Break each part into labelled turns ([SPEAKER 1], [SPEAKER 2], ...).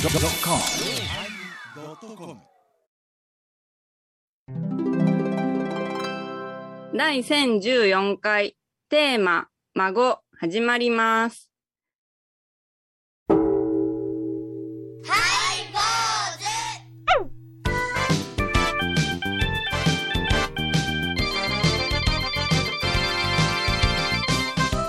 [SPEAKER 1] yosmir
[SPEAKER 2] 第1014回テーマ「孫」始まります。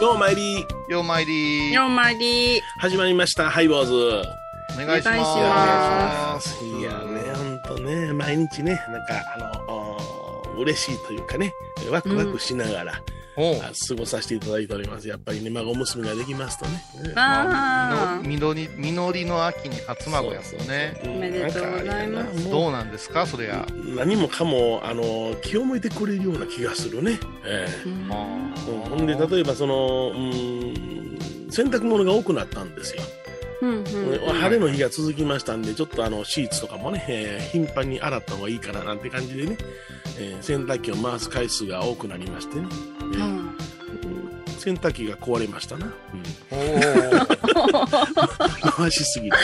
[SPEAKER 3] どうも、まいり。
[SPEAKER 4] ようまいりー
[SPEAKER 2] よまり
[SPEAKER 3] 始まりました。ハイボーズ。
[SPEAKER 4] お願いします。
[SPEAKER 2] お願いします
[SPEAKER 3] いやね、ほんとね、毎日ね、なんか、あの、おー嬉しいというかね、ワクワクしながら、
[SPEAKER 4] おう
[SPEAKER 3] あ過ごさせていただいております。やっぱりね、孫娘ができますとね。
[SPEAKER 2] わー
[SPEAKER 4] みの実り実りの秋に初孫やもんね。
[SPEAKER 3] そうそうそう。
[SPEAKER 2] おめでとうございます
[SPEAKER 3] なんか
[SPEAKER 4] どうなんですか、それや。
[SPEAKER 3] 何もかも、あの、気を向いてくれるような気がするね。ええうんほんで、例えば、その、うん、洗濯物が多くなったんですよ。
[SPEAKER 2] うんうん
[SPEAKER 3] 晴れの日が続きましたんで、ちょっとあのシーツとかもね、えー頻繁に洗った方がいいかななんて感じでね、えー洗濯機を回す回数が多くなりましてね、えーうん洗濯機が壊れましたな、うん
[SPEAKER 4] おお。
[SPEAKER 3] 回しすぎてね。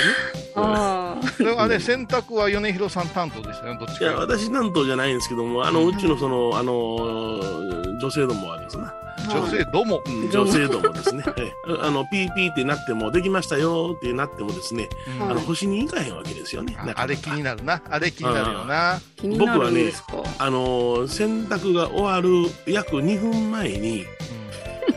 [SPEAKER 3] うん
[SPEAKER 2] あー
[SPEAKER 4] それはね、洗濯は米広さん担当でしたね、どっち
[SPEAKER 3] い
[SPEAKER 4] か
[SPEAKER 3] や
[SPEAKER 4] より。
[SPEAKER 3] 私担当じゃないんですけども、あのうちのその、あのー女性どもはですね、
[SPEAKER 4] 女性どうも。うん
[SPEAKER 3] 女性どもですね、えーあの、ピーピーってなっても、できましたよってなってもですね、
[SPEAKER 2] は
[SPEAKER 3] あ
[SPEAKER 2] い
[SPEAKER 3] の、星に行かへんわけですよね。
[SPEAKER 4] ああれ気になるな。あれ気になるよな。
[SPEAKER 2] 気になるんですか、
[SPEAKER 3] あのー洗濯が終わる約2分前に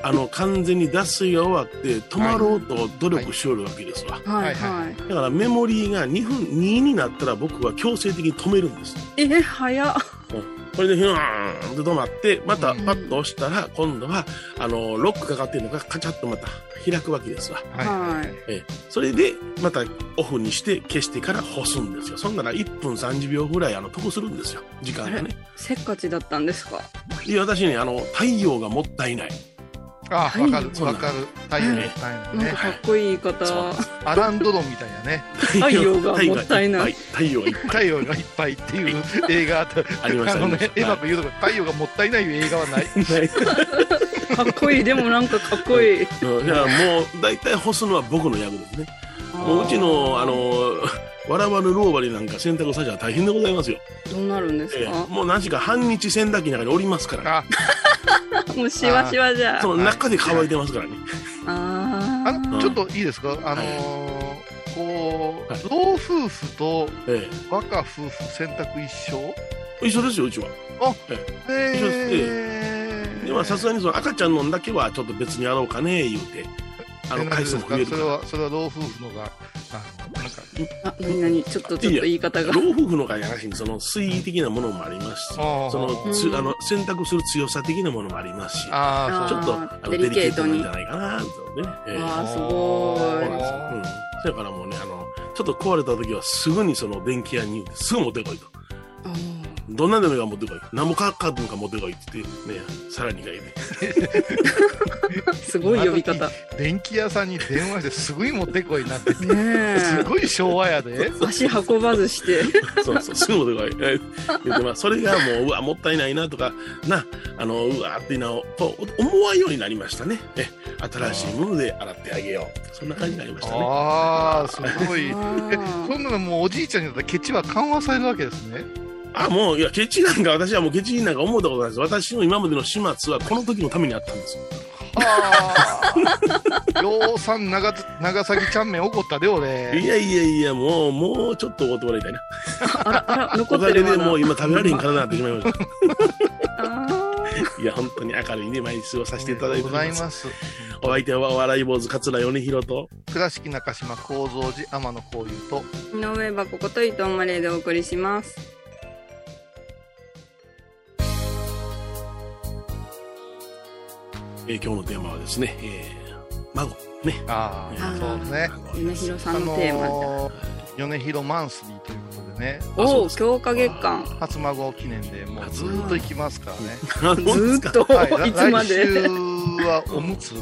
[SPEAKER 3] あの完全に脱水が終わって止まろうと努力しよるわけですわ、
[SPEAKER 2] はい
[SPEAKER 4] はいは
[SPEAKER 2] はい
[SPEAKER 3] だからメモリーが2分2になったら僕は強制的に止めるんです
[SPEAKER 2] え早っ
[SPEAKER 3] これでヒューンって止まってまた
[SPEAKER 4] う
[SPEAKER 3] パ
[SPEAKER 2] ん
[SPEAKER 3] ッと押したら今度はあのーロックかかってるのがカチャッとまた開くわけですわ
[SPEAKER 4] うんはいはいはい。
[SPEAKER 3] ええそれでまたオフにして消してから干すんですよそんなら1分30秒ぐらいあの得するんですよ時間がね
[SPEAKER 2] せっかちだったんですか
[SPEAKER 3] いや私ねあの太陽がもったいない
[SPEAKER 4] ああ、わか
[SPEAKER 3] そ
[SPEAKER 4] る、
[SPEAKER 3] うな
[SPEAKER 4] わ
[SPEAKER 3] の
[SPEAKER 4] かる。太陽みたいな
[SPEAKER 2] なん
[SPEAKER 4] ね
[SPEAKER 2] か。かっこいい言い方
[SPEAKER 3] そう
[SPEAKER 4] アランドロンみたいなね。
[SPEAKER 2] 太陽がもったいない
[SPEAKER 3] 太陽がいっぱい。太陽がいっぱい。
[SPEAKER 4] 太陽がいっぱいっていう映画あった。
[SPEAKER 3] ありました
[SPEAKER 4] の
[SPEAKER 3] ありま
[SPEAKER 4] ね、
[SPEAKER 3] した
[SPEAKER 4] エヴァの言うとこ、太陽がもったいないいう映画はない。
[SPEAKER 2] かっこいいでもなんかかっこいい
[SPEAKER 3] うんだからもう大体干すのは僕の役ですね。もううちのあのわらわぬローバリなんか洗濯さじゃ大変でございますよ。
[SPEAKER 2] どうなるんです
[SPEAKER 3] ええ
[SPEAKER 2] か、
[SPEAKER 3] もう何時か半日洗濯機の中におりますから。
[SPEAKER 4] あ
[SPEAKER 2] もうしわしわじゃあ
[SPEAKER 3] その中で乾いてますからね。
[SPEAKER 2] あ
[SPEAKER 4] あ
[SPEAKER 2] ー
[SPEAKER 3] うん
[SPEAKER 4] のちょっといいですか、あのーこう、
[SPEAKER 3] はい
[SPEAKER 4] 老夫婦と
[SPEAKER 3] え
[SPEAKER 4] 若夫婦選択一緒
[SPEAKER 3] え、一緒ですようちは。緒です
[SPEAKER 4] え
[SPEAKER 3] でまあさすがにその赤ちゃんのんだけはちょっと別にやろうかね言うて。あの
[SPEAKER 4] えなんで
[SPEAKER 3] 回数
[SPEAKER 4] です
[SPEAKER 3] 増
[SPEAKER 4] か
[SPEAKER 3] える
[SPEAKER 4] そ
[SPEAKER 3] か
[SPEAKER 4] れ
[SPEAKER 3] ら。
[SPEAKER 4] はそれは老夫婦のがあのなんか
[SPEAKER 2] あ何々ちょっとちょっと言い方が
[SPEAKER 3] 老夫婦の会話にその推移的なものもありますし、
[SPEAKER 4] ああ
[SPEAKER 3] そのつ、
[SPEAKER 2] うん
[SPEAKER 3] あの洗濯する強さ的なものもありますし。
[SPEAKER 4] ああ
[SPEAKER 3] ちょっと
[SPEAKER 2] あー
[SPEAKER 3] あの
[SPEAKER 2] デ
[SPEAKER 3] デ
[SPEAKER 2] リ
[SPEAKER 3] リ
[SPEAKER 2] ケ
[SPEAKER 3] ケ
[SPEAKER 2] ート
[SPEAKER 3] ート
[SPEAKER 2] に
[SPEAKER 3] なんじゃないかなとね。ええ
[SPEAKER 2] わ
[SPEAKER 3] そ
[SPEAKER 2] あーすご
[SPEAKER 3] う
[SPEAKER 2] ー
[SPEAKER 3] なんですよ。うん。そやからもうね、あの、ちょっと壊れた時はすぐにその電気屋に言うてすぐ持ってこいと。
[SPEAKER 2] あー
[SPEAKER 3] どんなんでもいいから持ってこい。何もかかってもか持ってこいって言って、 ね、さらにがいいね。
[SPEAKER 2] すごい呼び方。ね
[SPEAKER 4] 電気屋さんに電話してすぐに持ってこいなんて
[SPEAKER 2] え。
[SPEAKER 4] すごい昭和やで
[SPEAKER 2] 足運ばずして。
[SPEAKER 3] そうそう、すぐ持ってこい。えー言って、まあ、それがもう、うわ、もったいないなとか、な、あの、うわっていうのを、こう、思わんようになりましたね。え、新しいもので洗ってあげよう。そんな感じになりましたね。
[SPEAKER 4] ああすごいえ
[SPEAKER 2] あ
[SPEAKER 4] そんなのもうおじいちゃんになったらケチは緩和されるわけですね
[SPEAKER 3] あ、もう、いや、ケチなんか、私はもうケチなんか思ったことないです。私の今までの始末は、この時のためにあったんですよ。
[SPEAKER 4] ああ量産長ず長崎ちゃんめん怒ったで
[SPEAKER 3] い
[SPEAKER 4] 俺
[SPEAKER 3] やいやいや、もう、もうちょっと怒ってもらいたいな。
[SPEAKER 2] あら、あら、残
[SPEAKER 3] お
[SPEAKER 2] っ
[SPEAKER 3] か
[SPEAKER 2] て
[SPEAKER 3] げ
[SPEAKER 2] る
[SPEAKER 3] で
[SPEAKER 2] まだ
[SPEAKER 3] もう今食べられへん体になってしまいまし
[SPEAKER 2] あ
[SPEAKER 3] た。いや、本当に明るいね、毎日過ごさせていただいてお
[SPEAKER 4] ご
[SPEAKER 3] りま
[SPEAKER 4] ざ
[SPEAKER 3] す。
[SPEAKER 4] います
[SPEAKER 3] お相手は、お笑い坊主、桂米広と、
[SPEAKER 4] 倉敷中島幸三寺天野幸雄と
[SPEAKER 2] ー井上はここと伊藤マレーでお送りします。
[SPEAKER 3] えー今日のテーマはですね、えー、孫。ね。
[SPEAKER 4] あ
[SPEAKER 3] え
[SPEAKER 4] あ
[SPEAKER 3] ー
[SPEAKER 4] そうですね
[SPEAKER 3] 孫
[SPEAKER 2] 夢広さ
[SPEAKER 4] あ
[SPEAKER 2] んのテーマじゃ。
[SPEAKER 4] のー米広マンスリーということでね
[SPEAKER 3] あそう
[SPEAKER 2] おお、
[SPEAKER 3] です
[SPEAKER 2] 強化月間。
[SPEAKER 4] 初孫記念でもう
[SPEAKER 3] 初
[SPEAKER 4] ず
[SPEAKER 3] 孫
[SPEAKER 4] ーっと行きますから ね、
[SPEAKER 2] ず
[SPEAKER 3] あそうです
[SPEAKER 2] ー
[SPEAKER 3] か
[SPEAKER 2] っと、
[SPEAKER 4] ら
[SPEAKER 2] い、つま
[SPEAKER 4] 来週
[SPEAKER 2] で。
[SPEAKER 4] はおむつ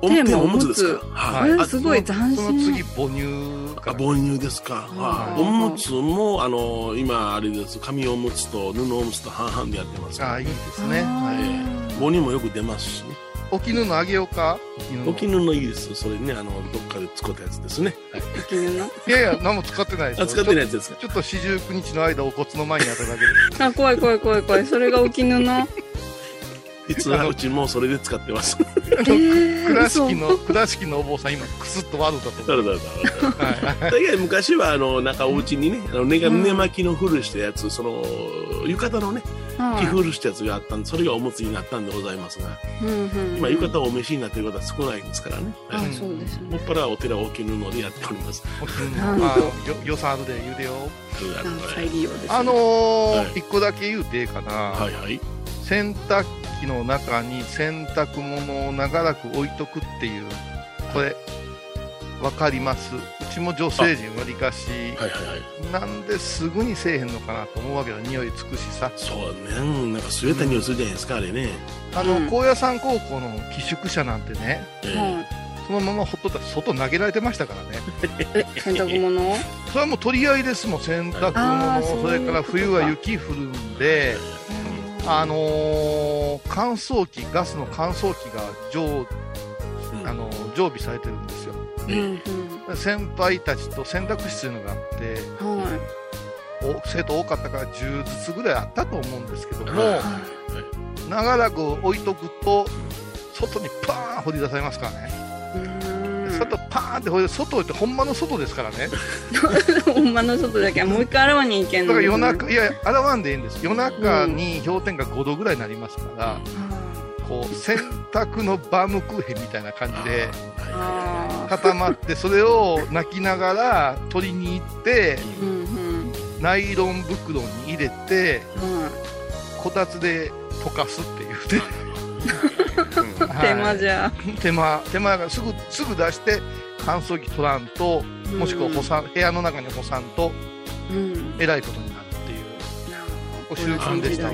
[SPEAKER 3] お
[SPEAKER 2] テーマ
[SPEAKER 3] 手もおむつです
[SPEAKER 2] お
[SPEAKER 3] か。
[SPEAKER 2] こ
[SPEAKER 3] はい。
[SPEAKER 2] れ
[SPEAKER 3] あ
[SPEAKER 2] すごい斬
[SPEAKER 4] その次
[SPEAKER 2] 新。
[SPEAKER 4] 母乳
[SPEAKER 3] あ
[SPEAKER 4] か
[SPEAKER 3] 母乳ですか、あ
[SPEAKER 2] う
[SPEAKER 3] お
[SPEAKER 2] ん
[SPEAKER 3] むつもあの今あれです紙おむつと布おむつと半々でやってますから
[SPEAKER 4] ああいいですね
[SPEAKER 2] あ
[SPEAKER 4] はい
[SPEAKER 3] えー母乳もよく出ますしね、
[SPEAKER 4] 沖布のあげようか
[SPEAKER 3] 沖布のいいです。それね、あの、どっかで使ったやつですね。はい、
[SPEAKER 2] 沖布
[SPEAKER 4] 布いやいや何も使ってないです
[SPEAKER 3] あ、使ってない
[SPEAKER 4] い
[SPEAKER 3] やつですか。
[SPEAKER 4] ちょっと四十九日の間お骨の前に当たるだけで
[SPEAKER 2] のあ、怖い怖い怖い怖い。それが沖布の
[SPEAKER 3] 実はうちもそれで使ってます。
[SPEAKER 2] えー、
[SPEAKER 4] 倉
[SPEAKER 2] 嘘
[SPEAKER 4] 敷の倉敷のお坊さん今クスッとワードだと
[SPEAKER 3] だ
[SPEAKER 4] 思
[SPEAKER 3] ら
[SPEAKER 4] う
[SPEAKER 3] だらだら
[SPEAKER 4] はい
[SPEAKER 3] 大概昔はあのなんかお家にね、あの寝が
[SPEAKER 2] うん
[SPEAKER 3] 寝巻きのふるしたやつ、その浴衣のね、着
[SPEAKER 2] はい
[SPEAKER 3] ふるしたやつがあったんで、それがおむつになったんでございますが、
[SPEAKER 2] うんうん
[SPEAKER 3] 今、浴衣をお召しになっている方は少ないですからね、
[SPEAKER 2] あ
[SPEAKER 3] はい、
[SPEAKER 2] そうですね
[SPEAKER 3] もっぱらお寺を置き布でやっております。
[SPEAKER 4] 沖布
[SPEAKER 2] な
[SPEAKER 4] の
[SPEAKER 2] んと
[SPEAKER 4] まあよ予算後で言うでよ
[SPEAKER 3] あ
[SPEAKER 2] なんか再利用です、ね、
[SPEAKER 4] あの
[SPEAKER 3] はい
[SPEAKER 4] ー一個だけ言うてええかな
[SPEAKER 3] はいはい、
[SPEAKER 4] 洗濯機の中に洗濯物を長らく置いとくっていうこれわかりますうちも女性陣わりかし
[SPEAKER 3] はいはいはい、
[SPEAKER 4] なんですぐにせえへんのかなと思うわけだ匂いつくしさ
[SPEAKER 3] そうね、うんなんかすれた匂いするじゃないですか、あれね。
[SPEAKER 4] あの、
[SPEAKER 2] うん
[SPEAKER 4] 高野山高校の寄宿舎なんてね
[SPEAKER 3] えー
[SPEAKER 2] はい
[SPEAKER 4] そのままほっとったら外投げられてましたからね
[SPEAKER 2] え洗濯物を
[SPEAKER 4] それはもう取り合いですもん洗濯
[SPEAKER 2] あー
[SPEAKER 4] 物
[SPEAKER 2] そう
[SPEAKER 4] それから冬は雪降るんであのー乾燥機ガスの乾燥機が常,、
[SPEAKER 3] うん
[SPEAKER 4] あのー常備されてるんですよ
[SPEAKER 2] うんうん
[SPEAKER 4] 先輩たちと選択室というのがあって
[SPEAKER 2] はい
[SPEAKER 4] お生徒多かったから10ずつぐらいあったと思うんですけども、
[SPEAKER 3] はい
[SPEAKER 4] 長らく置いとくと外にパーン掘り出されますからね、
[SPEAKER 2] うーん
[SPEAKER 4] 外パーンって掘り出外ってほんまの外ですからね
[SPEAKER 2] ほんまの外だけはもう一回洗わにいけん
[SPEAKER 4] だ
[SPEAKER 2] の
[SPEAKER 4] から
[SPEAKER 2] ですね
[SPEAKER 4] 夜中いや洗わんでいいんです夜中に氷点下5度ぐらいになりますから、
[SPEAKER 2] は
[SPEAKER 4] こう洗濯のバームクーヘンみたいな感じ
[SPEAKER 2] い
[SPEAKER 4] で
[SPEAKER 2] あ
[SPEAKER 3] あ
[SPEAKER 2] ー
[SPEAKER 4] 固まってそれを泣きながら取りに行って
[SPEAKER 3] ー
[SPEAKER 2] うんうん
[SPEAKER 4] ナイロン袋に入れて
[SPEAKER 2] は
[SPEAKER 4] こたつで溶かすっていう ね、
[SPEAKER 3] う
[SPEAKER 2] い
[SPEAKER 3] ん
[SPEAKER 2] 手間
[SPEAKER 4] はい
[SPEAKER 2] じゃ
[SPEAKER 4] 手間手間がすぐすぐ出して乾燥機取らんともしくは干さん部屋の中に干さんと
[SPEAKER 2] うんうん
[SPEAKER 4] えらいことになるっていうお習慣でしたわ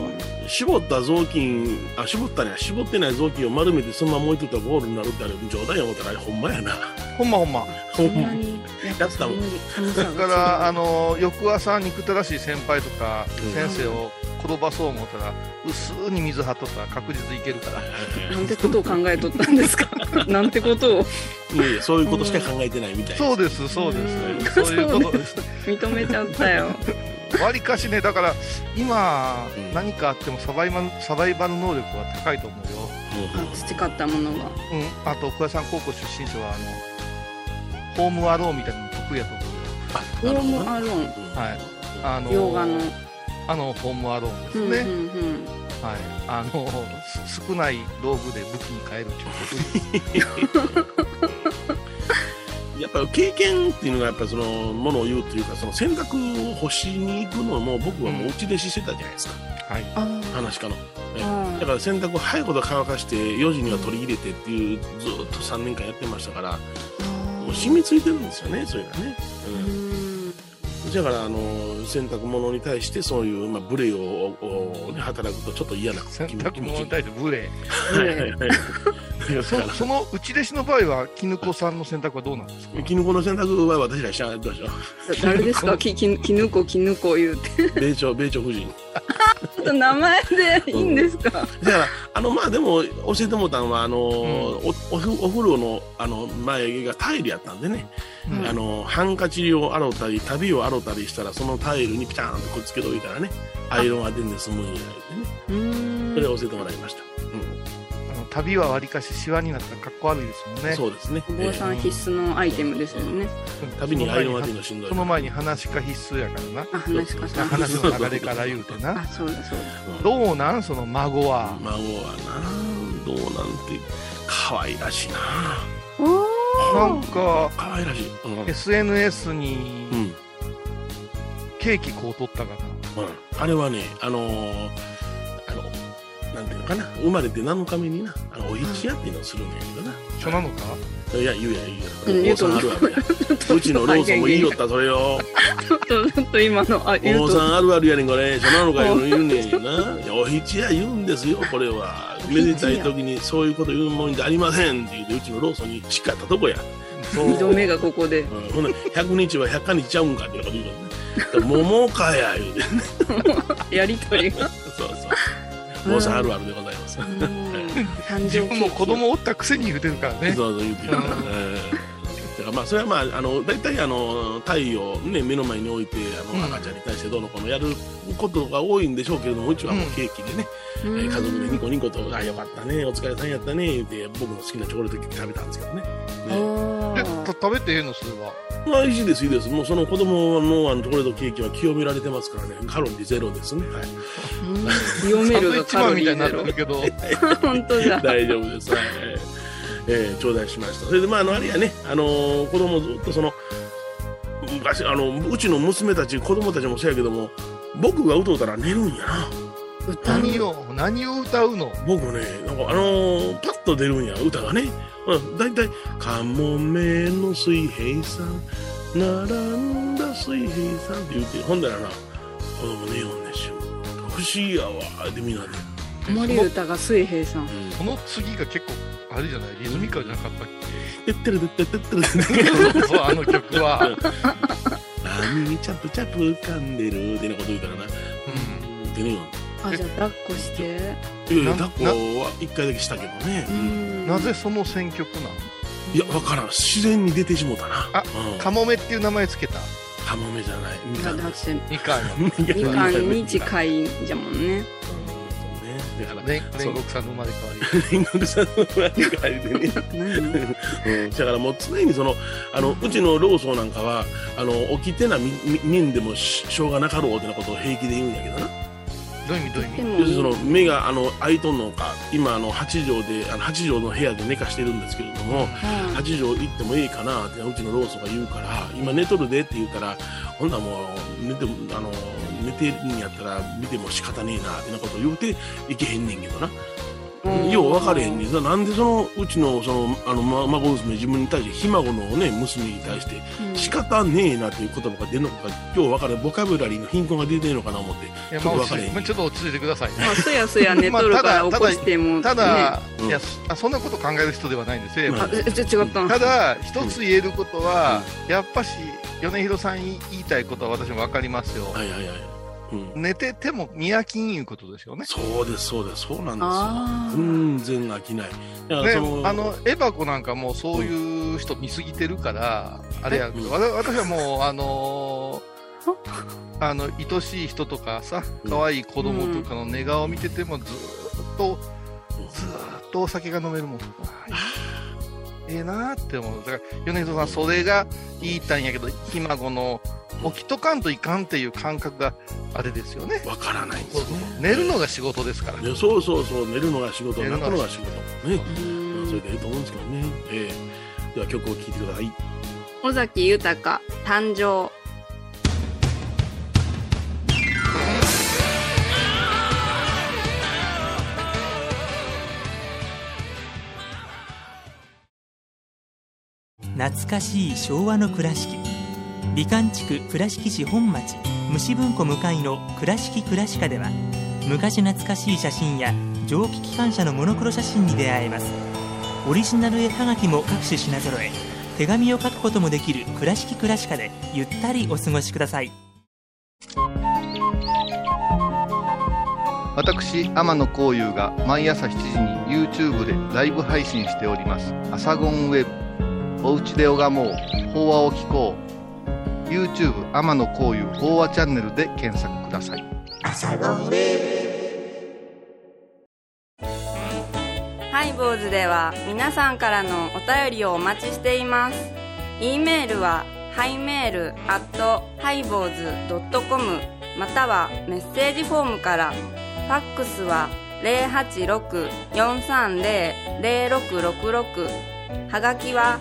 [SPEAKER 3] 絞った雑巾、あ、絞ったね、絞ってない雑巾を丸めてそのまま置いとったらボールになるってあれ、冗談や思ったらあれ、ほんまやな。
[SPEAKER 4] ほんまほんま
[SPEAKER 3] ほ
[SPEAKER 2] そ
[SPEAKER 3] ん
[SPEAKER 2] ん
[SPEAKER 3] ま
[SPEAKER 2] な。に
[SPEAKER 3] やったもん。
[SPEAKER 4] だ
[SPEAKER 2] だ
[SPEAKER 4] からあの翌朝憎たらしい先輩とか
[SPEAKER 3] うん
[SPEAKER 4] 先生を転ばそう思ったら薄に水張っとったら確実いけるから
[SPEAKER 2] なんてことを考えとったんですかなんてことを
[SPEAKER 3] いやいや、そういうことしか考えてないみたいな。
[SPEAKER 4] そうですそうですそういうことです
[SPEAKER 2] 認めちゃったよ
[SPEAKER 4] わりかしねだから今
[SPEAKER 3] うん
[SPEAKER 4] 何かあってもサバイバルサバイバル能力は高いと思うよ
[SPEAKER 2] あ培ったものが
[SPEAKER 4] うん、あと小屋さん高校出身者はあのホームアローンみたいなの得意やと思うよ
[SPEAKER 2] ホームアローン
[SPEAKER 4] はい
[SPEAKER 3] は
[SPEAKER 4] あの
[SPEAKER 2] 洋画の
[SPEAKER 4] あのホームアローンで
[SPEAKER 2] う
[SPEAKER 4] す
[SPEAKER 2] ん
[SPEAKER 4] ね、
[SPEAKER 2] うんうん
[SPEAKER 4] はいあのす少ない道具で武器に変えるっていう
[SPEAKER 3] い。やっぱ経験っていうのがやっぱそのものを言うというかその選択を欲しに行くのも僕はもう打ち弟子してたじゃないですか、
[SPEAKER 4] こと、はい、
[SPEAKER 2] あ
[SPEAKER 3] 話かの
[SPEAKER 2] あ
[SPEAKER 3] だから洗濯を早いこと乾かして4時には取り入れてっていうずっと3年間やってましたからもう染みついてるんですよねそれがね、
[SPEAKER 2] うん
[SPEAKER 3] うん、だからあの洗濯物に対してそういう、まあ、無礼をを、ね、働くとちょっと嫌 な
[SPEAKER 4] 洗
[SPEAKER 3] 気持
[SPEAKER 4] 濯
[SPEAKER 3] ちに
[SPEAKER 4] 物に対して無礼
[SPEAKER 3] はいはいはいだか
[SPEAKER 4] そ
[SPEAKER 3] ら
[SPEAKER 4] そのうち弟子の場合は絹子さんの選択はどうなんですか
[SPEAKER 3] キノコの洗濯は私ら知らないでしょ
[SPEAKER 2] 誰ですかきききぬこきぬこ言うて
[SPEAKER 3] 米朝米朝夫人
[SPEAKER 2] ちょっと名前でいいんですか、
[SPEAKER 3] だからあのまあでも教えてもらったのはあのー、おおふお風呂のあの前がタイルやったんでね、
[SPEAKER 2] うん
[SPEAKER 3] あのハンカチを洗ったり旅を洗ったりしたらそのタイルにピターンとくっつけておいたらねアイロン当てんで済むんやでね
[SPEAKER 2] う
[SPEAKER 3] そ
[SPEAKER 2] ん
[SPEAKER 3] れを教えてもらいました、う
[SPEAKER 4] あの旅はわりかしシワになったらかっこ悪いですもん
[SPEAKER 3] ん
[SPEAKER 4] ね
[SPEAKER 3] そうですね、
[SPEAKER 2] お坊さん必須のアイテムですよね。
[SPEAKER 4] うん
[SPEAKER 3] 旅に
[SPEAKER 4] そ
[SPEAKER 3] ア
[SPEAKER 4] の
[SPEAKER 3] イロン
[SPEAKER 4] 前
[SPEAKER 3] 当て
[SPEAKER 4] に
[SPEAKER 3] るのしんどい
[SPEAKER 4] その前に話か必須やから
[SPEAKER 2] あ、話かさ。
[SPEAKER 4] なん話の流れから言うてな
[SPEAKER 2] あ、そうだそうだ。
[SPEAKER 3] うん
[SPEAKER 4] どうなんその孫は
[SPEAKER 3] 孫はなどうなんて可愛らしいな
[SPEAKER 4] な
[SPEAKER 2] お
[SPEAKER 4] んか
[SPEAKER 3] 可愛らしい、うん
[SPEAKER 4] SNS
[SPEAKER 3] う
[SPEAKER 4] に
[SPEAKER 3] ん
[SPEAKER 4] ケーキこう取ったかな、
[SPEAKER 3] あれはね、あのーあの、なんていうのかな、生まれて7日目にな、あのお一夜っていうのをするんだけ
[SPEAKER 4] 初なのか
[SPEAKER 3] どな。いや、言うや、
[SPEAKER 2] う
[SPEAKER 3] 言
[SPEAKER 2] ん
[SPEAKER 3] うや。お坊さんあるあるや。うちのローソンも言いよった、それよ。
[SPEAKER 2] ちょっと、ちょっと今の、あ、
[SPEAKER 3] お
[SPEAKER 2] 言う
[SPEAKER 3] 坊さ
[SPEAKER 2] と。
[SPEAKER 3] んあるあるやねん、これ。そんなのか言うの言うねんよな。いや、お一夜言うんですよ、これは。めでたい時にそういうこと言うもんじゃありませんって言って、うちのローソンに叱ったとこや。
[SPEAKER 4] そう
[SPEAKER 2] 二度目がここで。
[SPEAKER 3] うん、ほんな100日は100日ちゃうんかっていうこと言うのね。だから桃かや、言うて。
[SPEAKER 2] やりとりが。
[SPEAKER 3] そうそう。坊さんあるあるでございます。
[SPEAKER 2] うん誕
[SPEAKER 4] 自
[SPEAKER 2] 生
[SPEAKER 4] 分
[SPEAKER 2] 日
[SPEAKER 4] も子供おったくせに言うてるからね。
[SPEAKER 3] そうそう言ってるから。
[SPEAKER 4] う
[SPEAKER 3] えーだからまあそれはまああの大体あの太陽をね目の前に置いてあ
[SPEAKER 4] うん
[SPEAKER 3] の赤ちゃんに対してどうのこうのやることが多いんでしょうけれどもうちはもうケーキでね、えー家族でニコニコと「あよかったねお疲れさんやったね」言って僕の好きなチョコレートケーキ食べたんですけどね。ね
[SPEAKER 2] お
[SPEAKER 4] で、
[SPEAKER 2] ー
[SPEAKER 4] た食べてええのそれは。
[SPEAKER 3] まあ、いいです、いいです。もうその子供はもうあのチョコレートケーキは清められてますからね、カロリーゼロですね。はい。
[SPEAKER 2] 読
[SPEAKER 4] サン
[SPEAKER 2] める
[SPEAKER 4] ドイ
[SPEAKER 2] が
[SPEAKER 4] ッチ
[SPEAKER 2] カ
[SPEAKER 4] マ
[SPEAKER 2] ロ
[SPEAKER 4] ンみ
[SPEAKER 2] リ
[SPEAKER 4] たい
[SPEAKER 2] ー
[SPEAKER 4] になっ
[SPEAKER 2] ゼ
[SPEAKER 4] て
[SPEAKER 2] ロ
[SPEAKER 4] るけど。
[SPEAKER 2] 本当だ
[SPEAKER 3] 大丈夫です。はい。えー、頂戴しました。それで、まあ、あの、あれやね、あのー子供ずっとその、昔、あの、うちの娘たち、子供たちもそうやけども、僕が歌うたら寝るんやな。
[SPEAKER 2] 歌
[SPEAKER 4] 何を何を歌うの。
[SPEAKER 3] 僕ね、なんかあのーパッと出るんや、歌がね。うん、だいたい、カモメの水平さん、並んだ水平さんって言って、ほんだらな、子供寝ようねしゅ。不思議やわ、でみんなで。
[SPEAKER 2] 子守歌が水平さん
[SPEAKER 3] うん
[SPEAKER 4] その次が結構あれじゃないリズミカルじゃなかったっ
[SPEAKER 3] てってるてってるてってる
[SPEAKER 4] け。そうあの曲は。
[SPEAKER 3] 波にチャプチャプ噛んでるってなこと言うからな。でね、
[SPEAKER 2] あじゃあ抱っこして
[SPEAKER 3] いやいや、抱
[SPEAKER 4] な
[SPEAKER 3] っこは一回だけしたけどね。
[SPEAKER 4] うん
[SPEAKER 2] な
[SPEAKER 4] なぜその選曲なの。
[SPEAKER 3] いや、わからん。自然に出てしもうたな。
[SPEAKER 4] あ
[SPEAKER 3] うん
[SPEAKER 4] カモメっていう名前つけた。
[SPEAKER 3] カモメじゃない。みかん
[SPEAKER 2] だ
[SPEAKER 3] で
[SPEAKER 2] っ
[SPEAKER 3] す。
[SPEAKER 2] て
[SPEAKER 4] みかん。
[SPEAKER 2] み
[SPEAKER 4] み
[SPEAKER 2] か
[SPEAKER 4] か
[SPEAKER 2] んに
[SPEAKER 3] い。
[SPEAKER 2] 近いんじゃもんね
[SPEAKER 3] ね、だから、
[SPEAKER 4] ね
[SPEAKER 3] そ
[SPEAKER 4] 煉
[SPEAKER 3] う
[SPEAKER 4] 獄さんの生まれ変わり。
[SPEAKER 3] 天狗さんの前に帰ってね。
[SPEAKER 2] 何
[SPEAKER 3] うんだからもう常にその、あの、うちの老僧なんかは、あの、起きてなみ、み、みんでもししょうがなかろうってなことを平気で言うんやけどな。
[SPEAKER 4] どういう意味どういう意味
[SPEAKER 2] で。も
[SPEAKER 3] 要するにその目があの開いとんのか今あの8畳であの8畳の部屋で寝かしてるんですけれども
[SPEAKER 2] は
[SPEAKER 3] 8畳行ってもいいかなってうちのローソンが言うから今寝とるでって言うからほんならもう寝てあの寝てるんやったら見ても仕方ねえなってなことを言うていけへんねんけどな
[SPEAKER 2] うん
[SPEAKER 3] よう分かれへんねんななんでそのうちのそのあのま孫娘自分に対してひ孫のね娘に対して
[SPEAKER 2] うん
[SPEAKER 3] 仕方ねえなっていう言葉が出るのかよう分からんボカブラリーの貧困が出てんのかな思って
[SPEAKER 4] いや
[SPEAKER 3] ちょ
[SPEAKER 4] ま
[SPEAKER 3] っ
[SPEAKER 4] あ
[SPEAKER 3] と分か
[SPEAKER 4] 落
[SPEAKER 3] れへん
[SPEAKER 4] ちまあちょっと落ち着いてくださいね。
[SPEAKER 2] まあすやすや寝とるから
[SPEAKER 4] まあ
[SPEAKER 2] 起
[SPEAKER 4] ただただ
[SPEAKER 2] こしても
[SPEAKER 4] ただ、
[SPEAKER 3] うん
[SPEAKER 4] いやそあそんなこと考える人ではないんですよ、
[SPEAKER 3] うん
[SPEAKER 2] あえちょ違ったん
[SPEAKER 4] ただ一つ言えることは、やっぱし米広さんに言いたいことは私も分かりますよ、
[SPEAKER 3] はいはいはい、うん、
[SPEAKER 4] 寝てても見飽きんいうことですよね
[SPEAKER 3] そうです、そうです、そうなん
[SPEAKER 2] あ
[SPEAKER 3] です
[SPEAKER 2] ー
[SPEAKER 3] よ。全然飽きない。だから
[SPEAKER 4] ね
[SPEAKER 3] その
[SPEAKER 4] あのエバ子なんかもうそういう人見すぎてるから、あれやけど、わた私はもうあのー あの愛しい人とかさ
[SPEAKER 3] うん
[SPEAKER 4] 可愛い子供とかの寝顔を見ててもずーっと
[SPEAKER 3] うん
[SPEAKER 4] ずーっとお酒が飲めるもん。ええなーって思う。だから、米津さん、それが言いたいんやけど、ひ孫の起きとかんといかんっていう感覚があれですよね。
[SPEAKER 3] わからないんですよね。
[SPEAKER 4] 寝るのが仕事ですから。
[SPEAKER 3] ねそうそうそう、寝るのが仕事、
[SPEAKER 4] 寝る
[SPEAKER 3] 泣
[SPEAKER 4] のが
[SPEAKER 3] くのが仕事。ね、
[SPEAKER 2] うん
[SPEAKER 3] それでいいと思うんですけどね。ええでは曲を聴いてください。
[SPEAKER 2] 尾崎豊誕生
[SPEAKER 1] 懐かしい昭和の倉敷美観地区倉敷市本町虫文庫向かいの「倉敷倉歯科」では昔懐かしい写真や蒸気機関車のモノクロ写真に出会えますオリジナル絵はがきも各種品揃え手紙を書くこともできる「倉敷倉歯科」でゆったりお過ごしください
[SPEAKER 4] 私、天野幸雄が毎朝7時に YouTube でライブ配信しております。アサゴンウェブ。おうちで拝もう。法話を聞こう。YouTube 天野幸雄法話チャンネルで検索ください。
[SPEAKER 2] ハイボーズでは皆さんからのお便りをお待ちしています。e メールはハイメールアットハイボーズドットコムまたはメッセージフォームから、ファックスは086-430-0666はがきは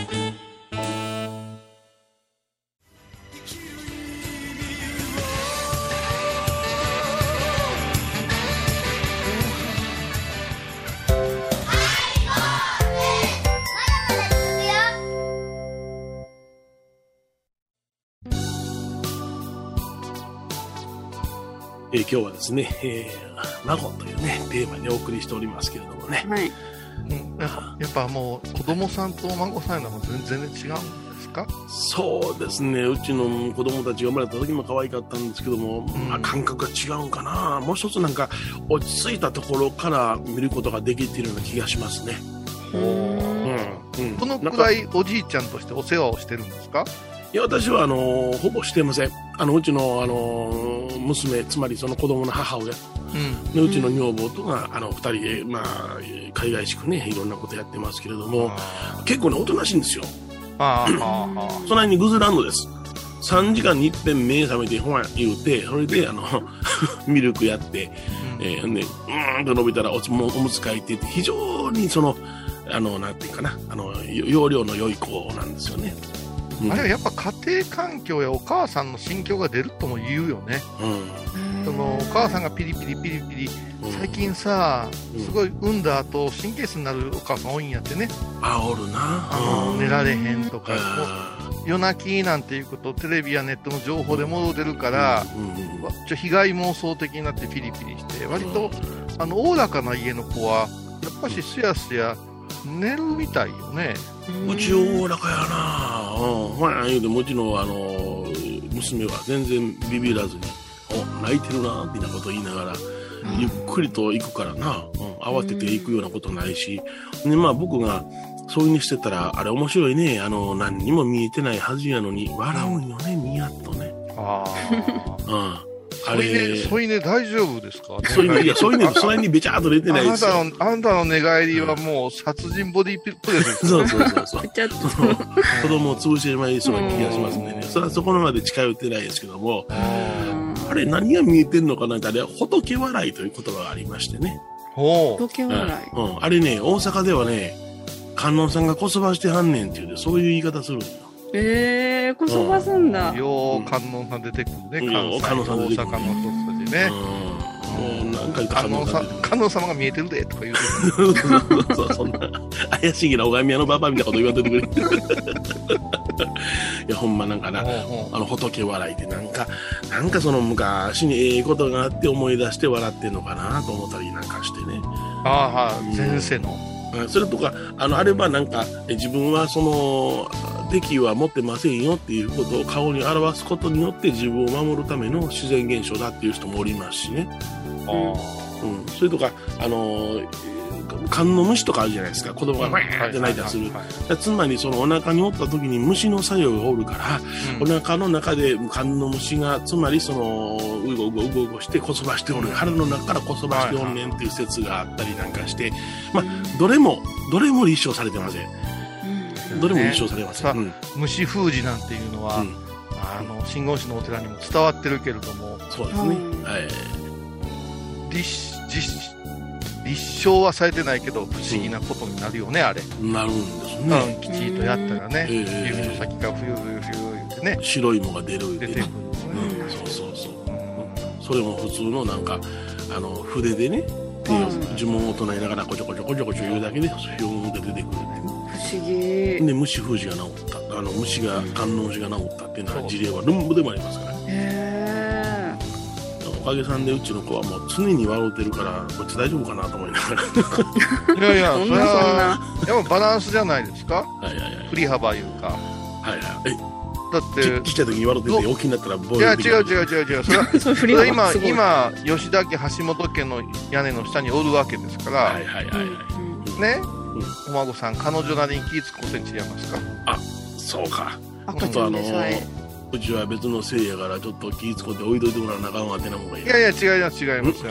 [SPEAKER 3] えー今日はですね、えー、孫というね、テーマでお送りしておりますけれどもね。
[SPEAKER 2] はい。
[SPEAKER 4] うんやっぱやっぱもう子供さんとお孫さんのは全然違うんですか
[SPEAKER 3] そうですねうちの子供たちが生まれた時も可愛かったんですけども、
[SPEAKER 4] ん
[SPEAKER 3] まあ、感覚が違うんかなもう一つなんか落ち着いたところから見ることができているような気がしますね、うんうん、
[SPEAKER 4] このく
[SPEAKER 3] なんから
[SPEAKER 4] いおじいちゃんとしてお世話をしてるんですか
[SPEAKER 3] いや私はあのほぼしてませんあのうちのあの娘つまりその子供の母親
[SPEAKER 4] うん
[SPEAKER 3] でうちの女房とが、あの二人で、まあ、海外しくねいろんなことやってますけれども
[SPEAKER 4] あ
[SPEAKER 3] 結構ねおとなしいんですよ
[SPEAKER 4] ーあーあー
[SPEAKER 3] そないにグズランドです3時間にいっぺん目覚めてほら言うてそれであの ミルクやって、
[SPEAKER 4] う
[SPEAKER 3] え
[SPEAKER 4] ん
[SPEAKER 3] ー、ほんでうーんと伸びたらおつもおむつ替えてって非常にそのあのなんていうかなあのよ容量の良い子なんですよね、うん
[SPEAKER 4] あれはやっぱ家庭環境やお母さんの心境が出るとも言うよね、
[SPEAKER 3] う
[SPEAKER 4] そのお母さんがピリピリピリピリ、
[SPEAKER 3] んうん
[SPEAKER 4] 最近さ、
[SPEAKER 3] うん
[SPEAKER 4] すごい産んだ後神経質になるお母さん多いんやってね、
[SPEAKER 3] あおるな
[SPEAKER 4] あの寝られへんとか、
[SPEAKER 3] あ
[SPEAKER 4] 夜泣きなんていうこと、テレビやネットの情報でも出るから、
[SPEAKER 3] ーうん
[SPEAKER 4] わちょ被害妄想的になってピリピリして、割とあのおおらかな家の子は、やっぱしすやすや寝るみたいよね。
[SPEAKER 3] うちおおらかやなうんほら言うてもうちのあの娘は全然ビビらずにお泣いてるなみたいなこと言いながらゆっくりと行くからな、うん、慌てて行くようなことないし、でまあ僕がそういうふうにしてたらあれ面白いねあの何にも見えてないはずやのに笑うんよねニヤッとね
[SPEAKER 4] ああ。
[SPEAKER 3] うんあ
[SPEAKER 4] 添い
[SPEAKER 3] れ
[SPEAKER 4] 寝、添い寝大丈夫で すか
[SPEAKER 3] そういうのいやそういうのそんなにべちゃーっと出て
[SPEAKER 4] あ
[SPEAKER 3] ないで
[SPEAKER 4] な
[SPEAKER 3] すよ
[SPEAKER 4] たの、あなたの寝返りはもう殺人ボディープレスです。
[SPEAKER 3] そうそうそうそう
[SPEAKER 2] ちょっと
[SPEAKER 3] その子供を潰してしまいそうな気がしますんで
[SPEAKER 4] うん
[SPEAKER 3] ね、それはそこまで近寄ってないですけども、
[SPEAKER 2] うん
[SPEAKER 3] あれ、何が見えてんのかなって、あれ、仏笑いという言葉がありましてね、
[SPEAKER 4] ほう。
[SPEAKER 2] 時計
[SPEAKER 3] うん
[SPEAKER 2] 笑い。
[SPEAKER 3] うんあれね、大阪ではね、観音さんがこそばしてはんねんっていうね、そういう言い方するのよ。
[SPEAKER 2] ええー、こそばすんだ。
[SPEAKER 4] よう観音さん出てくるね、
[SPEAKER 3] うんよう
[SPEAKER 4] 関
[SPEAKER 3] 観
[SPEAKER 4] 西
[SPEAKER 3] 音さん
[SPEAKER 4] 大
[SPEAKER 3] 出てくる
[SPEAKER 4] 阪の人たちね。
[SPEAKER 3] うん、もう何回か
[SPEAKER 4] 観
[SPEAKER 3] 観音
[SPEAKER 4] 音さ
[SPEAKER 3] さん出
[SPEAKER 4] ん、
[SPEAKER 3] て
[SPEAKER 4] 観音様が見えてるでとか言うてる。
[SPEAKER 3] くる そうそうそんな怪しげな拝み屋のババアみたいなこと言わんといてくれ いやほんまなん かな
[SPEAKER 4] ほうほ
[SPEAKER 3] あの仏笑いってなんか、なんかその昔にええことがあって思い出して笑ってんのかなと思ったりなんかしてね。
[SPEAKER 4] うああ、はい前世の。
[SPEAKER 3] うんそれとか、あの、あればなんか、え自分はその、敵は持ってませんよっていうことを顔に表すことによって自分を守るための自然現象だっていう人もおりますしね。うん。それとか、あの、えー観音虫とかあるじゃないですか。子供がファーって泣いたりする。
[SPEAKER 4] はいはいはい
[SPEAKER 3] つまりそのお腹におった時に虫の作用がおるから、お腹の中で寒の虫がつまりそのうごうごうごうごしてこそばしておる腹の中からこそばしておんねんっていう説があったりなんかして、まあ、どれもどれも立証されてませんどれも立証されません、うん
[SPEAKER 4] うん虫封じなんていうのは
[SPEAKER 3] うん、
[SPEAKER 4] あの、信号市のお寺にも伝わってるけれども、
[SPEAKER 3] そうですね、はい
[SPEAKER 4] 立、立、立証はされてないけど、不思議なことになるよね、あれ。
[SPEAKER 3] なるんです
[SPEAKER 4] う
[SPEAKER 3] ね、
[SPEAKER 4] ん、きちっとやったらね、
[SPEAKER 3] ええ
[SPEAKER 4] 指の先がふゆふゆふゆ言ってね、
[SPEAKER 3] 白いもが出る
[SPEAKER 4] 出
[SPEAKER 3] で
[SPEAKER 4] て
[SPEAKER 3] ね
[SPEAKER 4] くる。
[SPEAKER 3] うん、そうそうそう
[SPEAKER 4] うん
[SPEAKER 3] それも普通のなんかあの筆でね手を呪文を唱えながらこちょこちょこちょこちょ言うだけでひょーんって出てくるっていう
[SPEAKER 2] 不思議。
[SPEAKER 3] で虫封じが治ったあの虫が観音虫が治ったっていうの
[SPEAKER 4] そう
[SPEAKER 3] は事例は論文でもありますから
[SPEAKER 2] へ
[SPEAKER 3] おかげさんでうちの子はもう常に笑うてるからこいつ大丈夫かなと思いながら
[SPEAKER 4] いやいや、
[SPEAKER 2] そ
[SPEAKER 4] そ
[SPEAKER 2] ん
[SPEAKER 4] れ
[SPEAKER 2] な
[SPEAKER 4] は、やっぱバランスじゃないですか、
[SPEAKER 3] はいはいはい
[SPEAKER 4] 振り幅いうか。
[SPEAKER 3] はいはい
[SPEAKER 4] だ
[SPEAKER 3] え
[SPEAKER 4] っ
[SPEAKER 3] ちちっちゃい時に笑うてて大きになったらボ
[SPEAKER 4] て、
[SPEAKER 3] ー
[SPEAKER 4] い
[SPEAKER 3] イ
[SPEAKER 4] や、
[SPEAKER 3] が
[SPEAKER 4] 違う
[SPEAKER 3] う
[SPEAKER 4] 違う違う違う、それは、
[SPEAKER 2] え。それ 振
[SPEAKER 4] そ
[SPEAKER 2] り
[SPEAKER 4] れ
[SPEAKER 2] 幅
[SPEAKER 4] は今
[SPEAKER 2] す、ごい。
[SPEAKER 4] 今、吉田家、橋本家の屋根の下におるわけですから、
[SPEAKER 3] はいはいはいは
[SPEAKER 2] う
[SPEAKER 3] い、
[SPEAKER 2] ん
[SPEAKER 4] ね、お孫さん、彼女なりに気ぃつくことにちやますか。
[SPEAKER 3] そうかちょ
[SPEAKER 2] 赤
[SPEAKER 3] っ
[SPEAKER 2] ち
[SPEAKER 3] と
[SPEAKER 2] ゃ
[SPEAKER 3] あ
[SPEAKER 2] ん
[SPEAKER 3] の
[SPEAKER 2] でさえ。
[SPEAKER 3] うちは別のせいやからちょっと気ぃつこって置いといてもらわなあかんわってなもんがいい
[SPEAKER 4] いやいや、違います、違います。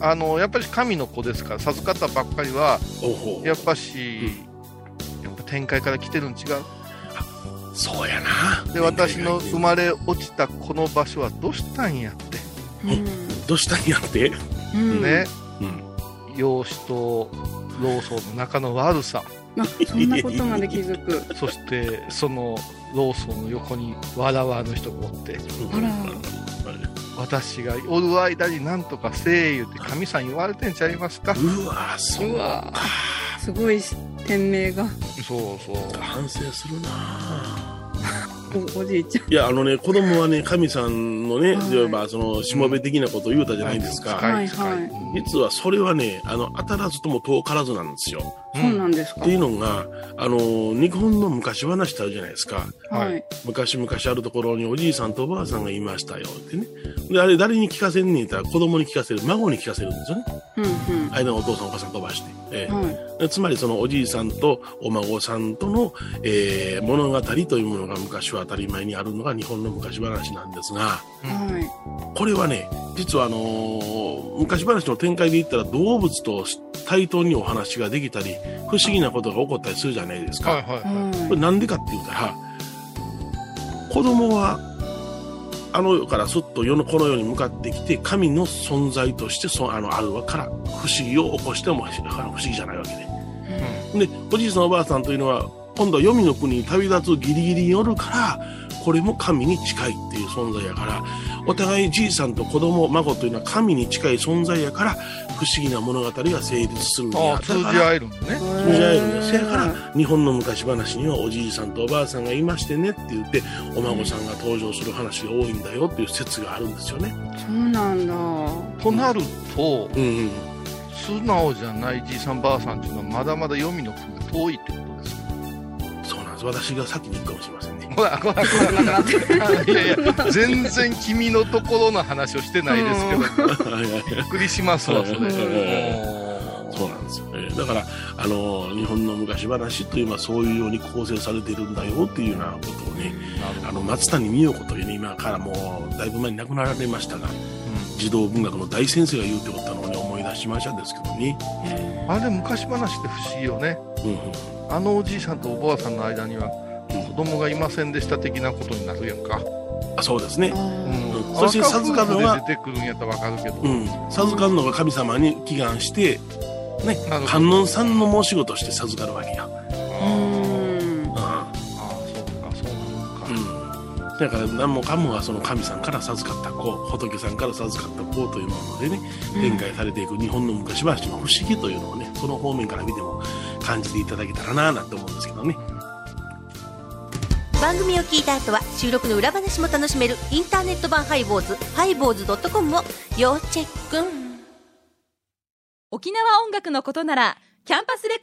[SPEAKER 4] あの、やっぱり神の子ですから、授かったばっかりは、
[SPEAKER 3] おほ
[SPEAKER 4] やっぱし、やっぱ天界から来てるん違う
[SPEAKER 3] そうやな
[SPEAKER 4] で私の生まれ落ちたこの場所はどうしたんやって、
[SPEAKER 3] どうしたんやって
[SPEAKER 2] うん
[SPEAKER 4] ね
[SPEAKER 3] うん
[SPEAKER 4] 養子と老僧の仲の悪さ
[SPEAKER 2] あそんなことまで気づく。
[SPEAKER 4] そしてその老僧の横に笑わぬ人がおって
[SPEAKER 2] あら
[SPEAKER 4] 私がおる間になんとかせえ言うて神さん言われてんちゃいますか
[SPEAKER 3] うわそう
[SPEAKER 2] うわすごいし店名が。
[SPEAKER 4] そうそう
[SPEAKER 3] 反省するな
[SPEAKER 2] おおじいちゃん。
[SPEAKER 3] いや、あのね、子供はね、神さんのね、
[SPEAKER 2] はい
[SPEAKER 3] いわば、その、しもべ的なことを言うたじゃないですか。
[SPEAKER 4] はい
[SPEAKER 2] はいはい
[SPEAKER 3] 実はそれはね、あの、当たらずとも遠からずなんですよ。
[SPEAKER 4] う
[SPEAKER 2] そうんなんですか
[SPEAKER 3] って。いうのが、あの、日本の昔話ってあるじゃないですか。
[SPEAKER 4] はい
[SPEAKER 2] はい。
[SPEAKER 3] 昔々あるところにおじいさんとおばあさんがいましたよってね。で、あれ誰に聞かせんねえったら子供に聞かせる、孫に聞かせるんですよね。
[SPEAKER 2] うんうん。
[SPEAKER 3] 間のお父さんお母さん飛ばして。ええ
[SPEAKER 2] はい。
[SPEAKER 3] でつまりそのおじいさんとお孫さんとの、えー物語というものが昔は当たり前にあるのが日本の昔話なんですが、
[SPEAKER 2] はい。
[SPEAKER 3] これはね、実はあのー昔話の展開で言ったら動物と対等にお話ができたり、不思議なことが起こったりするじゃないですか。
[SPEAKER 4] はいはいはい
[SPEAKER 3] これ
[SPEAKER 2] は
[SPEAKER 3] なんでかって言うたら、子供は、あの世からすっと世のこの世に向かってきて、神の存在としてそあのあるわから不思議を起こしてもあの不思議じゃないわけで、で、おじいさんおばあさんというのは、今度は黄泉の国に旅立つギリギリによるから、これも神に近いっていう存在やから、お互いじいさんと子供、孫というのは神に近い存在やから、不思議な物語が成立するんだ
[SPEAKER 4] あ
[SPEAKER 3] や
[SPEAKER 4] あ通
[SPEAKER 3] だ
[SPEAKER 4] じ
[SPEAKER 3] から
[SPEAKER 4] 合えるんね
[SPEAKER 3] 通じ合えるんです。せやから、日本の昔話にはおじいさんとおばあさんがいましてねって言って、お孫さんが登場する話が多いんだよっていう説があるんですよね。
[SPEAKER 2] そうなんだ。は
[SPEAKER 4] となると
[SPEAKER 3] うんうん。
[SPEAKER 4] 素直じゃないじいさんばあさんっていうのはまだまだ黄泉の国が遠いってことですか
[SPEAKER 3] そうなんです。私が先に行くかもしれませ んね。
[SPEAKER 4] ほらほらほらほ らいやいや全然君のところの話をしてないですけどびっくりしますわそれ
[SPEAKER 2] うん
[SPEAKER 3] そうなんですよ、ね。だから、あの、日本の昔話というのはそういうように構成されてるんだよっていうようなことをね、あの、松谷美代子というね、今からもうだいぶ前に亡くなられましたが、児童文学の大先生が言うってことなのをね、思い出しましたですけどね。
[SPEAKER 4] うんあれ昔話って不思議よね
[SPEAKER 3] うんうん。
[SPEAKER 4] あのおじいさんとおばあさんの間には子供がいませんでした的なことになるやんか、
[SPEAKER 3] あそうですね。
[SPEAKER 4] うん、
[SPEAKER 3] そして授かるのは
[SPEAKER 4] 若夫婦で出てくるんやったらわかるけど、
[SPEAKER 3] うん、授かるのが神様に祈願して、ね
[SPEAKER 4] なるほど、
[SPEAKER 3] 観音さんの申し子として授かるわけや。
[SPEAKER 2] うん。
[SPEAKER 3] う
[SPEAKER 4] ああそうかそうなのか、
[SPEAKER 3] ん。うん、だから何もかもがその神さんから授かった子、仏さんから授かった子というものでね、展開されていく日本の昔話の不思議というのをね、その方面から見ても感じていただけたらなぁなんて思うんですけどね。
[SPEAKER 5] 番組を聞いた後は収録の裏話も楽しめるインターネット版ハイボーズハイボーズドットコムを要チェック
[SPEAKER 6] 沖縄音楽のことならキャンパスレコ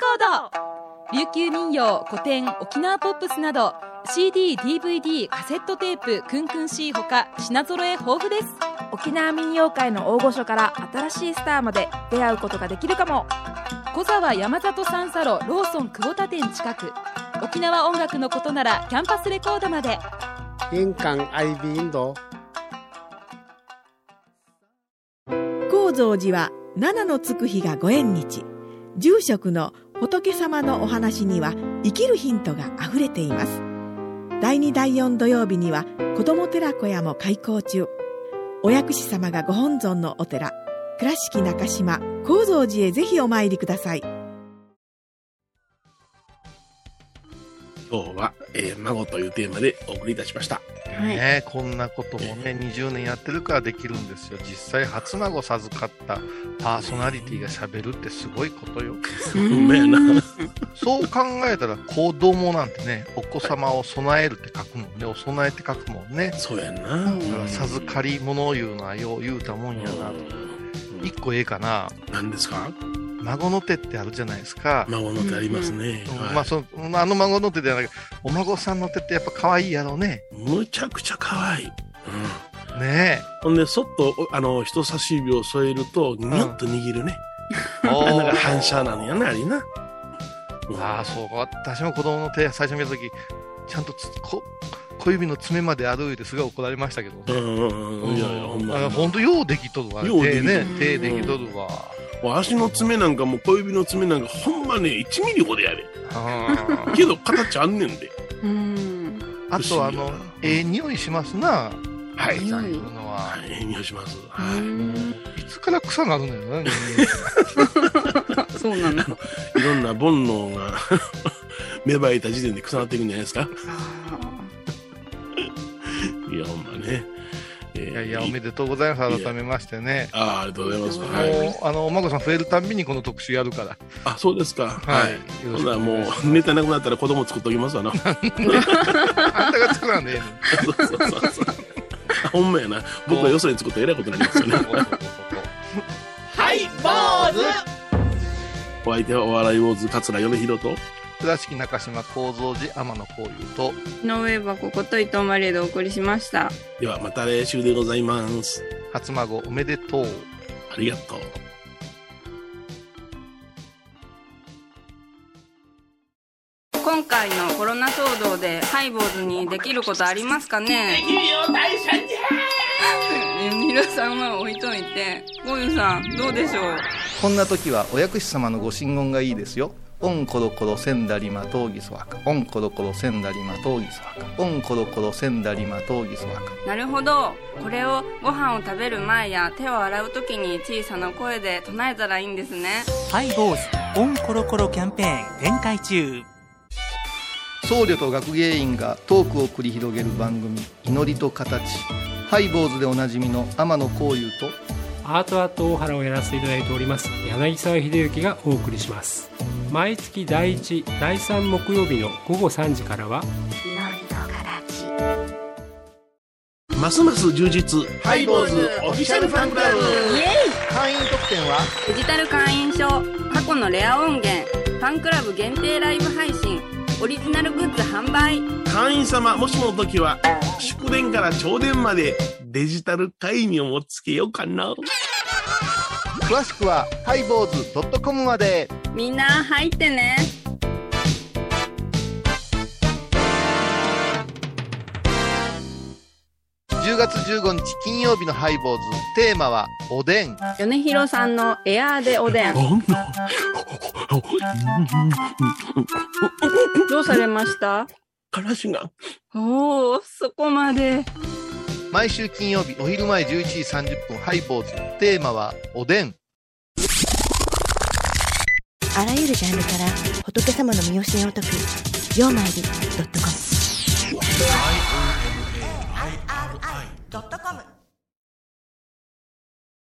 [SPEAKER 6] ード琉球民謡古典沖縄ポップスなど CDDVD カセットテープクンクン C ほか品揃え豊富です
[SPEAKER 7] 沖縄民謡界の大御所から新しいスターまで出会うことができるかも
[SPEAKER 6] 小沢山里三佐路ローソン久保田店近く沖縄音楽のことならキャンパスレコードまで
[SPEAKER 8] 玄関アイビーインド
[SPEAKER 9] 高蔵寺は七のつく日がご縁日住職の仏様のお話には生きるヒントがあふれています第2第4土曜日には子ども寺小屋も開校中お薬師様がご本尊のお寺倉敷中島・高蔵寺へぜひお参りください
[SPEAKER 3] 今日は、えー孫というテーマでお送りいたしました。
[SPEAKER 2] い。
[SPEAKER 4] ねえこんなこともね20年やってるからできるんですよ実際初孫授かったパーソナリティがしゃべるってすごいことよ
[SPEAKER 3] うめえな。
[SPEAKER 4] そう考えたら子供なんてねお子様を備えるって書くもんねお供えって書くもんね
[SPEAKER 3] そうやんな。
[SPEAKER 2] うん
[SPEAKER 4] だから授かり物を言うのはよう言うたもんやなと
[SPEAKER 3] うん
[SPEAKER 4] 一個ええかな
[SPEAKER 3] 何ですか
[SPEAKER 4] 孫の手ってあるじゃないですか、
[SPEAKER 3] 孫の手ありますね。
[SPEAKER 4] うん
[SPEAKER 3] はい
[SPEAKER 4] まあそのあの孫の手ではなくお孫さんの手ってやっぱ可愛いやろうね
[SPEAKER 3] むちゃくちゃ可愛い。うん。
[SPEAKER 4] ね
[SPEAKER 3] ほんで、そっと、おあの、人差し指を添えると、にゅっと握るね。
[SPEAKER 4] え
[SPEAKER 3] あ なんか反射なのやな、あれな。うん
[SPEAKER 4] ああ、そうか。私も子供の手、最初見たとき、ちゃんとつこ小指の爪まで歩いてすごい怒られましたけど
[SPEAKER 3] う
[SPEAKER 4] ね。
[SPEAKER 3] んうんうん。いやいや、ほんま
[SPEAKER 4] あ
[SPEAKER 3] に。
[SPEAKER 4] ほんと、ようできとるわ。
[SPEAKER 3] ようで
[SPEAKER 4] 手
[SPEAKER 3] きとる
[SPEAKER 4] ね。手できとるわ。
[SPEAKER 3] もう足の爪なんかも小指の爪なんか、ほんまね、1ミリほどやで。
[SPEAKER 4] あ
[SPEAKER 3] けど、形あんねんで。
[SPEAKER 2] うん。
[SPEAKER 4] あと、あの、ええ匂いしますな。
[SPEAKER 3] はい。
[SPEAKER 4] い
[SPEAKER 2] 匂い
[SPEAKER 4] のは
[SPEAKER 3] は。い、遠慮します。
[SPEAKER 2] う
[SPEAKER 3] はい。
[SPEAKER 2] ん
[SPEAKER 4] いつから草なるのよな。
[SPEAKER 2] そうなんだ。
[SPEAKER 3] いろんな煩悩が 芽生えた時点で重なっていくんじゃないですか。いや、ほんまね。えー
[SPEAKER 4] やいや、おめでとうございます。改めましてね。
[SPEAKER 3] ああ、ありがとうございます。
[SPEAKER 4] もう
[SPEAKER 3] はい。、
[SPEAKER 4] あの、お孫さん増えるたんびにこの特集やるから。
[SPEAKER 3] あ、そうですか。はい。
[SPEAKER 4] よ
[SPEAKER 3] ほ
[SPEAKER 4] ろし
[SPEAKER 3] ん
[SPEAKER 4] く
[SPEAKER 3] なら
[SPEAKER 4] お願いし
[SPEAKER 3] も
[SPEAKER 4] ます
[SPEAKER 3] う、ネタなくなったら子供作っときますわな。
[SPEAKER 4] あんたが作らんでええの
[SPEAKER 3] そうそうそうそう。あ ほんまやな。僕がよそに作ったらえらいことになりますよね。
[SPEAKER 10] はい、坊主
[SPEAKER 3] お相手はお笑い坊主桂米広と。
[SPEAKER 4] 倉敷中島幸三寺天野幸雄と、
[SPEAKER 2] 井上箱こと伊藤マリエでお送りしました。
[SPEAKER 3] ではまた来週でございます。
[SPEAKER 4] 初孫おめでとう。
[SPEAKER 3] ありがとう。
[SPEAKER 2] 今回のコロナ騒動でハイボーズにできることありますか
[SPEAKER 10] で
[SPEAKER 2] ね
[SPEAKER 10] きるよ、大社じ
[SPEAKER 2] 皆さんは置いといて。ゴユさん、どうでしょう
[SPEAKER 4] こんな時はお薬師様のご神言がいいですよ。オンコロコロセンダリマトウギソワカ。オンコロコロセンダリマトウギソワカ。オンコロコロセンダリマトウギソワカ。
[SPEAKER 2] なるほど。これをご飯を食べる前や手を洗う時に小さな声で唱えたらいいんですね。
[SPEAKER 1] ハイボーズオンコロコロキャンペーン展開中
[SPEAKER 4] 僧侶と学芸員がトークを繰り広げる番組「祈りと形」ハイボーズでおなじみの天野幸雄と
[SPEAKER 11] アートアート大原をやらせていただいております柳沢秀行がお送りします毎月第1第3木曜日の午後3時からは
[SPEAKER 3] ますます充実。
[SPEAKER 10] ハイボーズオフィシャルファンクラブ
[SPEAKER 2] イエ
[SPEAKER 4] 会員特典は
[SPEAKER 2] イデジタル会員証、過去のレア音源、ファンクラブ限定ライブ配信、オリジナルグッズ販売。
[SPEAKER 3] 会員様、もしもの時は、祝電から朝電までデジタル会議をもつけようかな。
[SPEAKER 4] 詳しくはハイボーズ .com まで
[SPEAKER 2] みんな入ってね。
[SPEAKER 4] 10月15日金曜日のハイボーズテーマは「おでん
[SPEAKER 2] 米広さんのエアーでおでん。どうされました
[SPEAKER 3] からしが。
[SPEAKER 2] おお、そこまで。」
[SPEAKER 4] 毎週金曜日お昼前11時30分ハイボーズテーマは「おでん
[SPEAKER 12] あらゆるジャンルから仏様の身教えを解く「曜マイルドットコム」
[SPEAKER 10] ゃん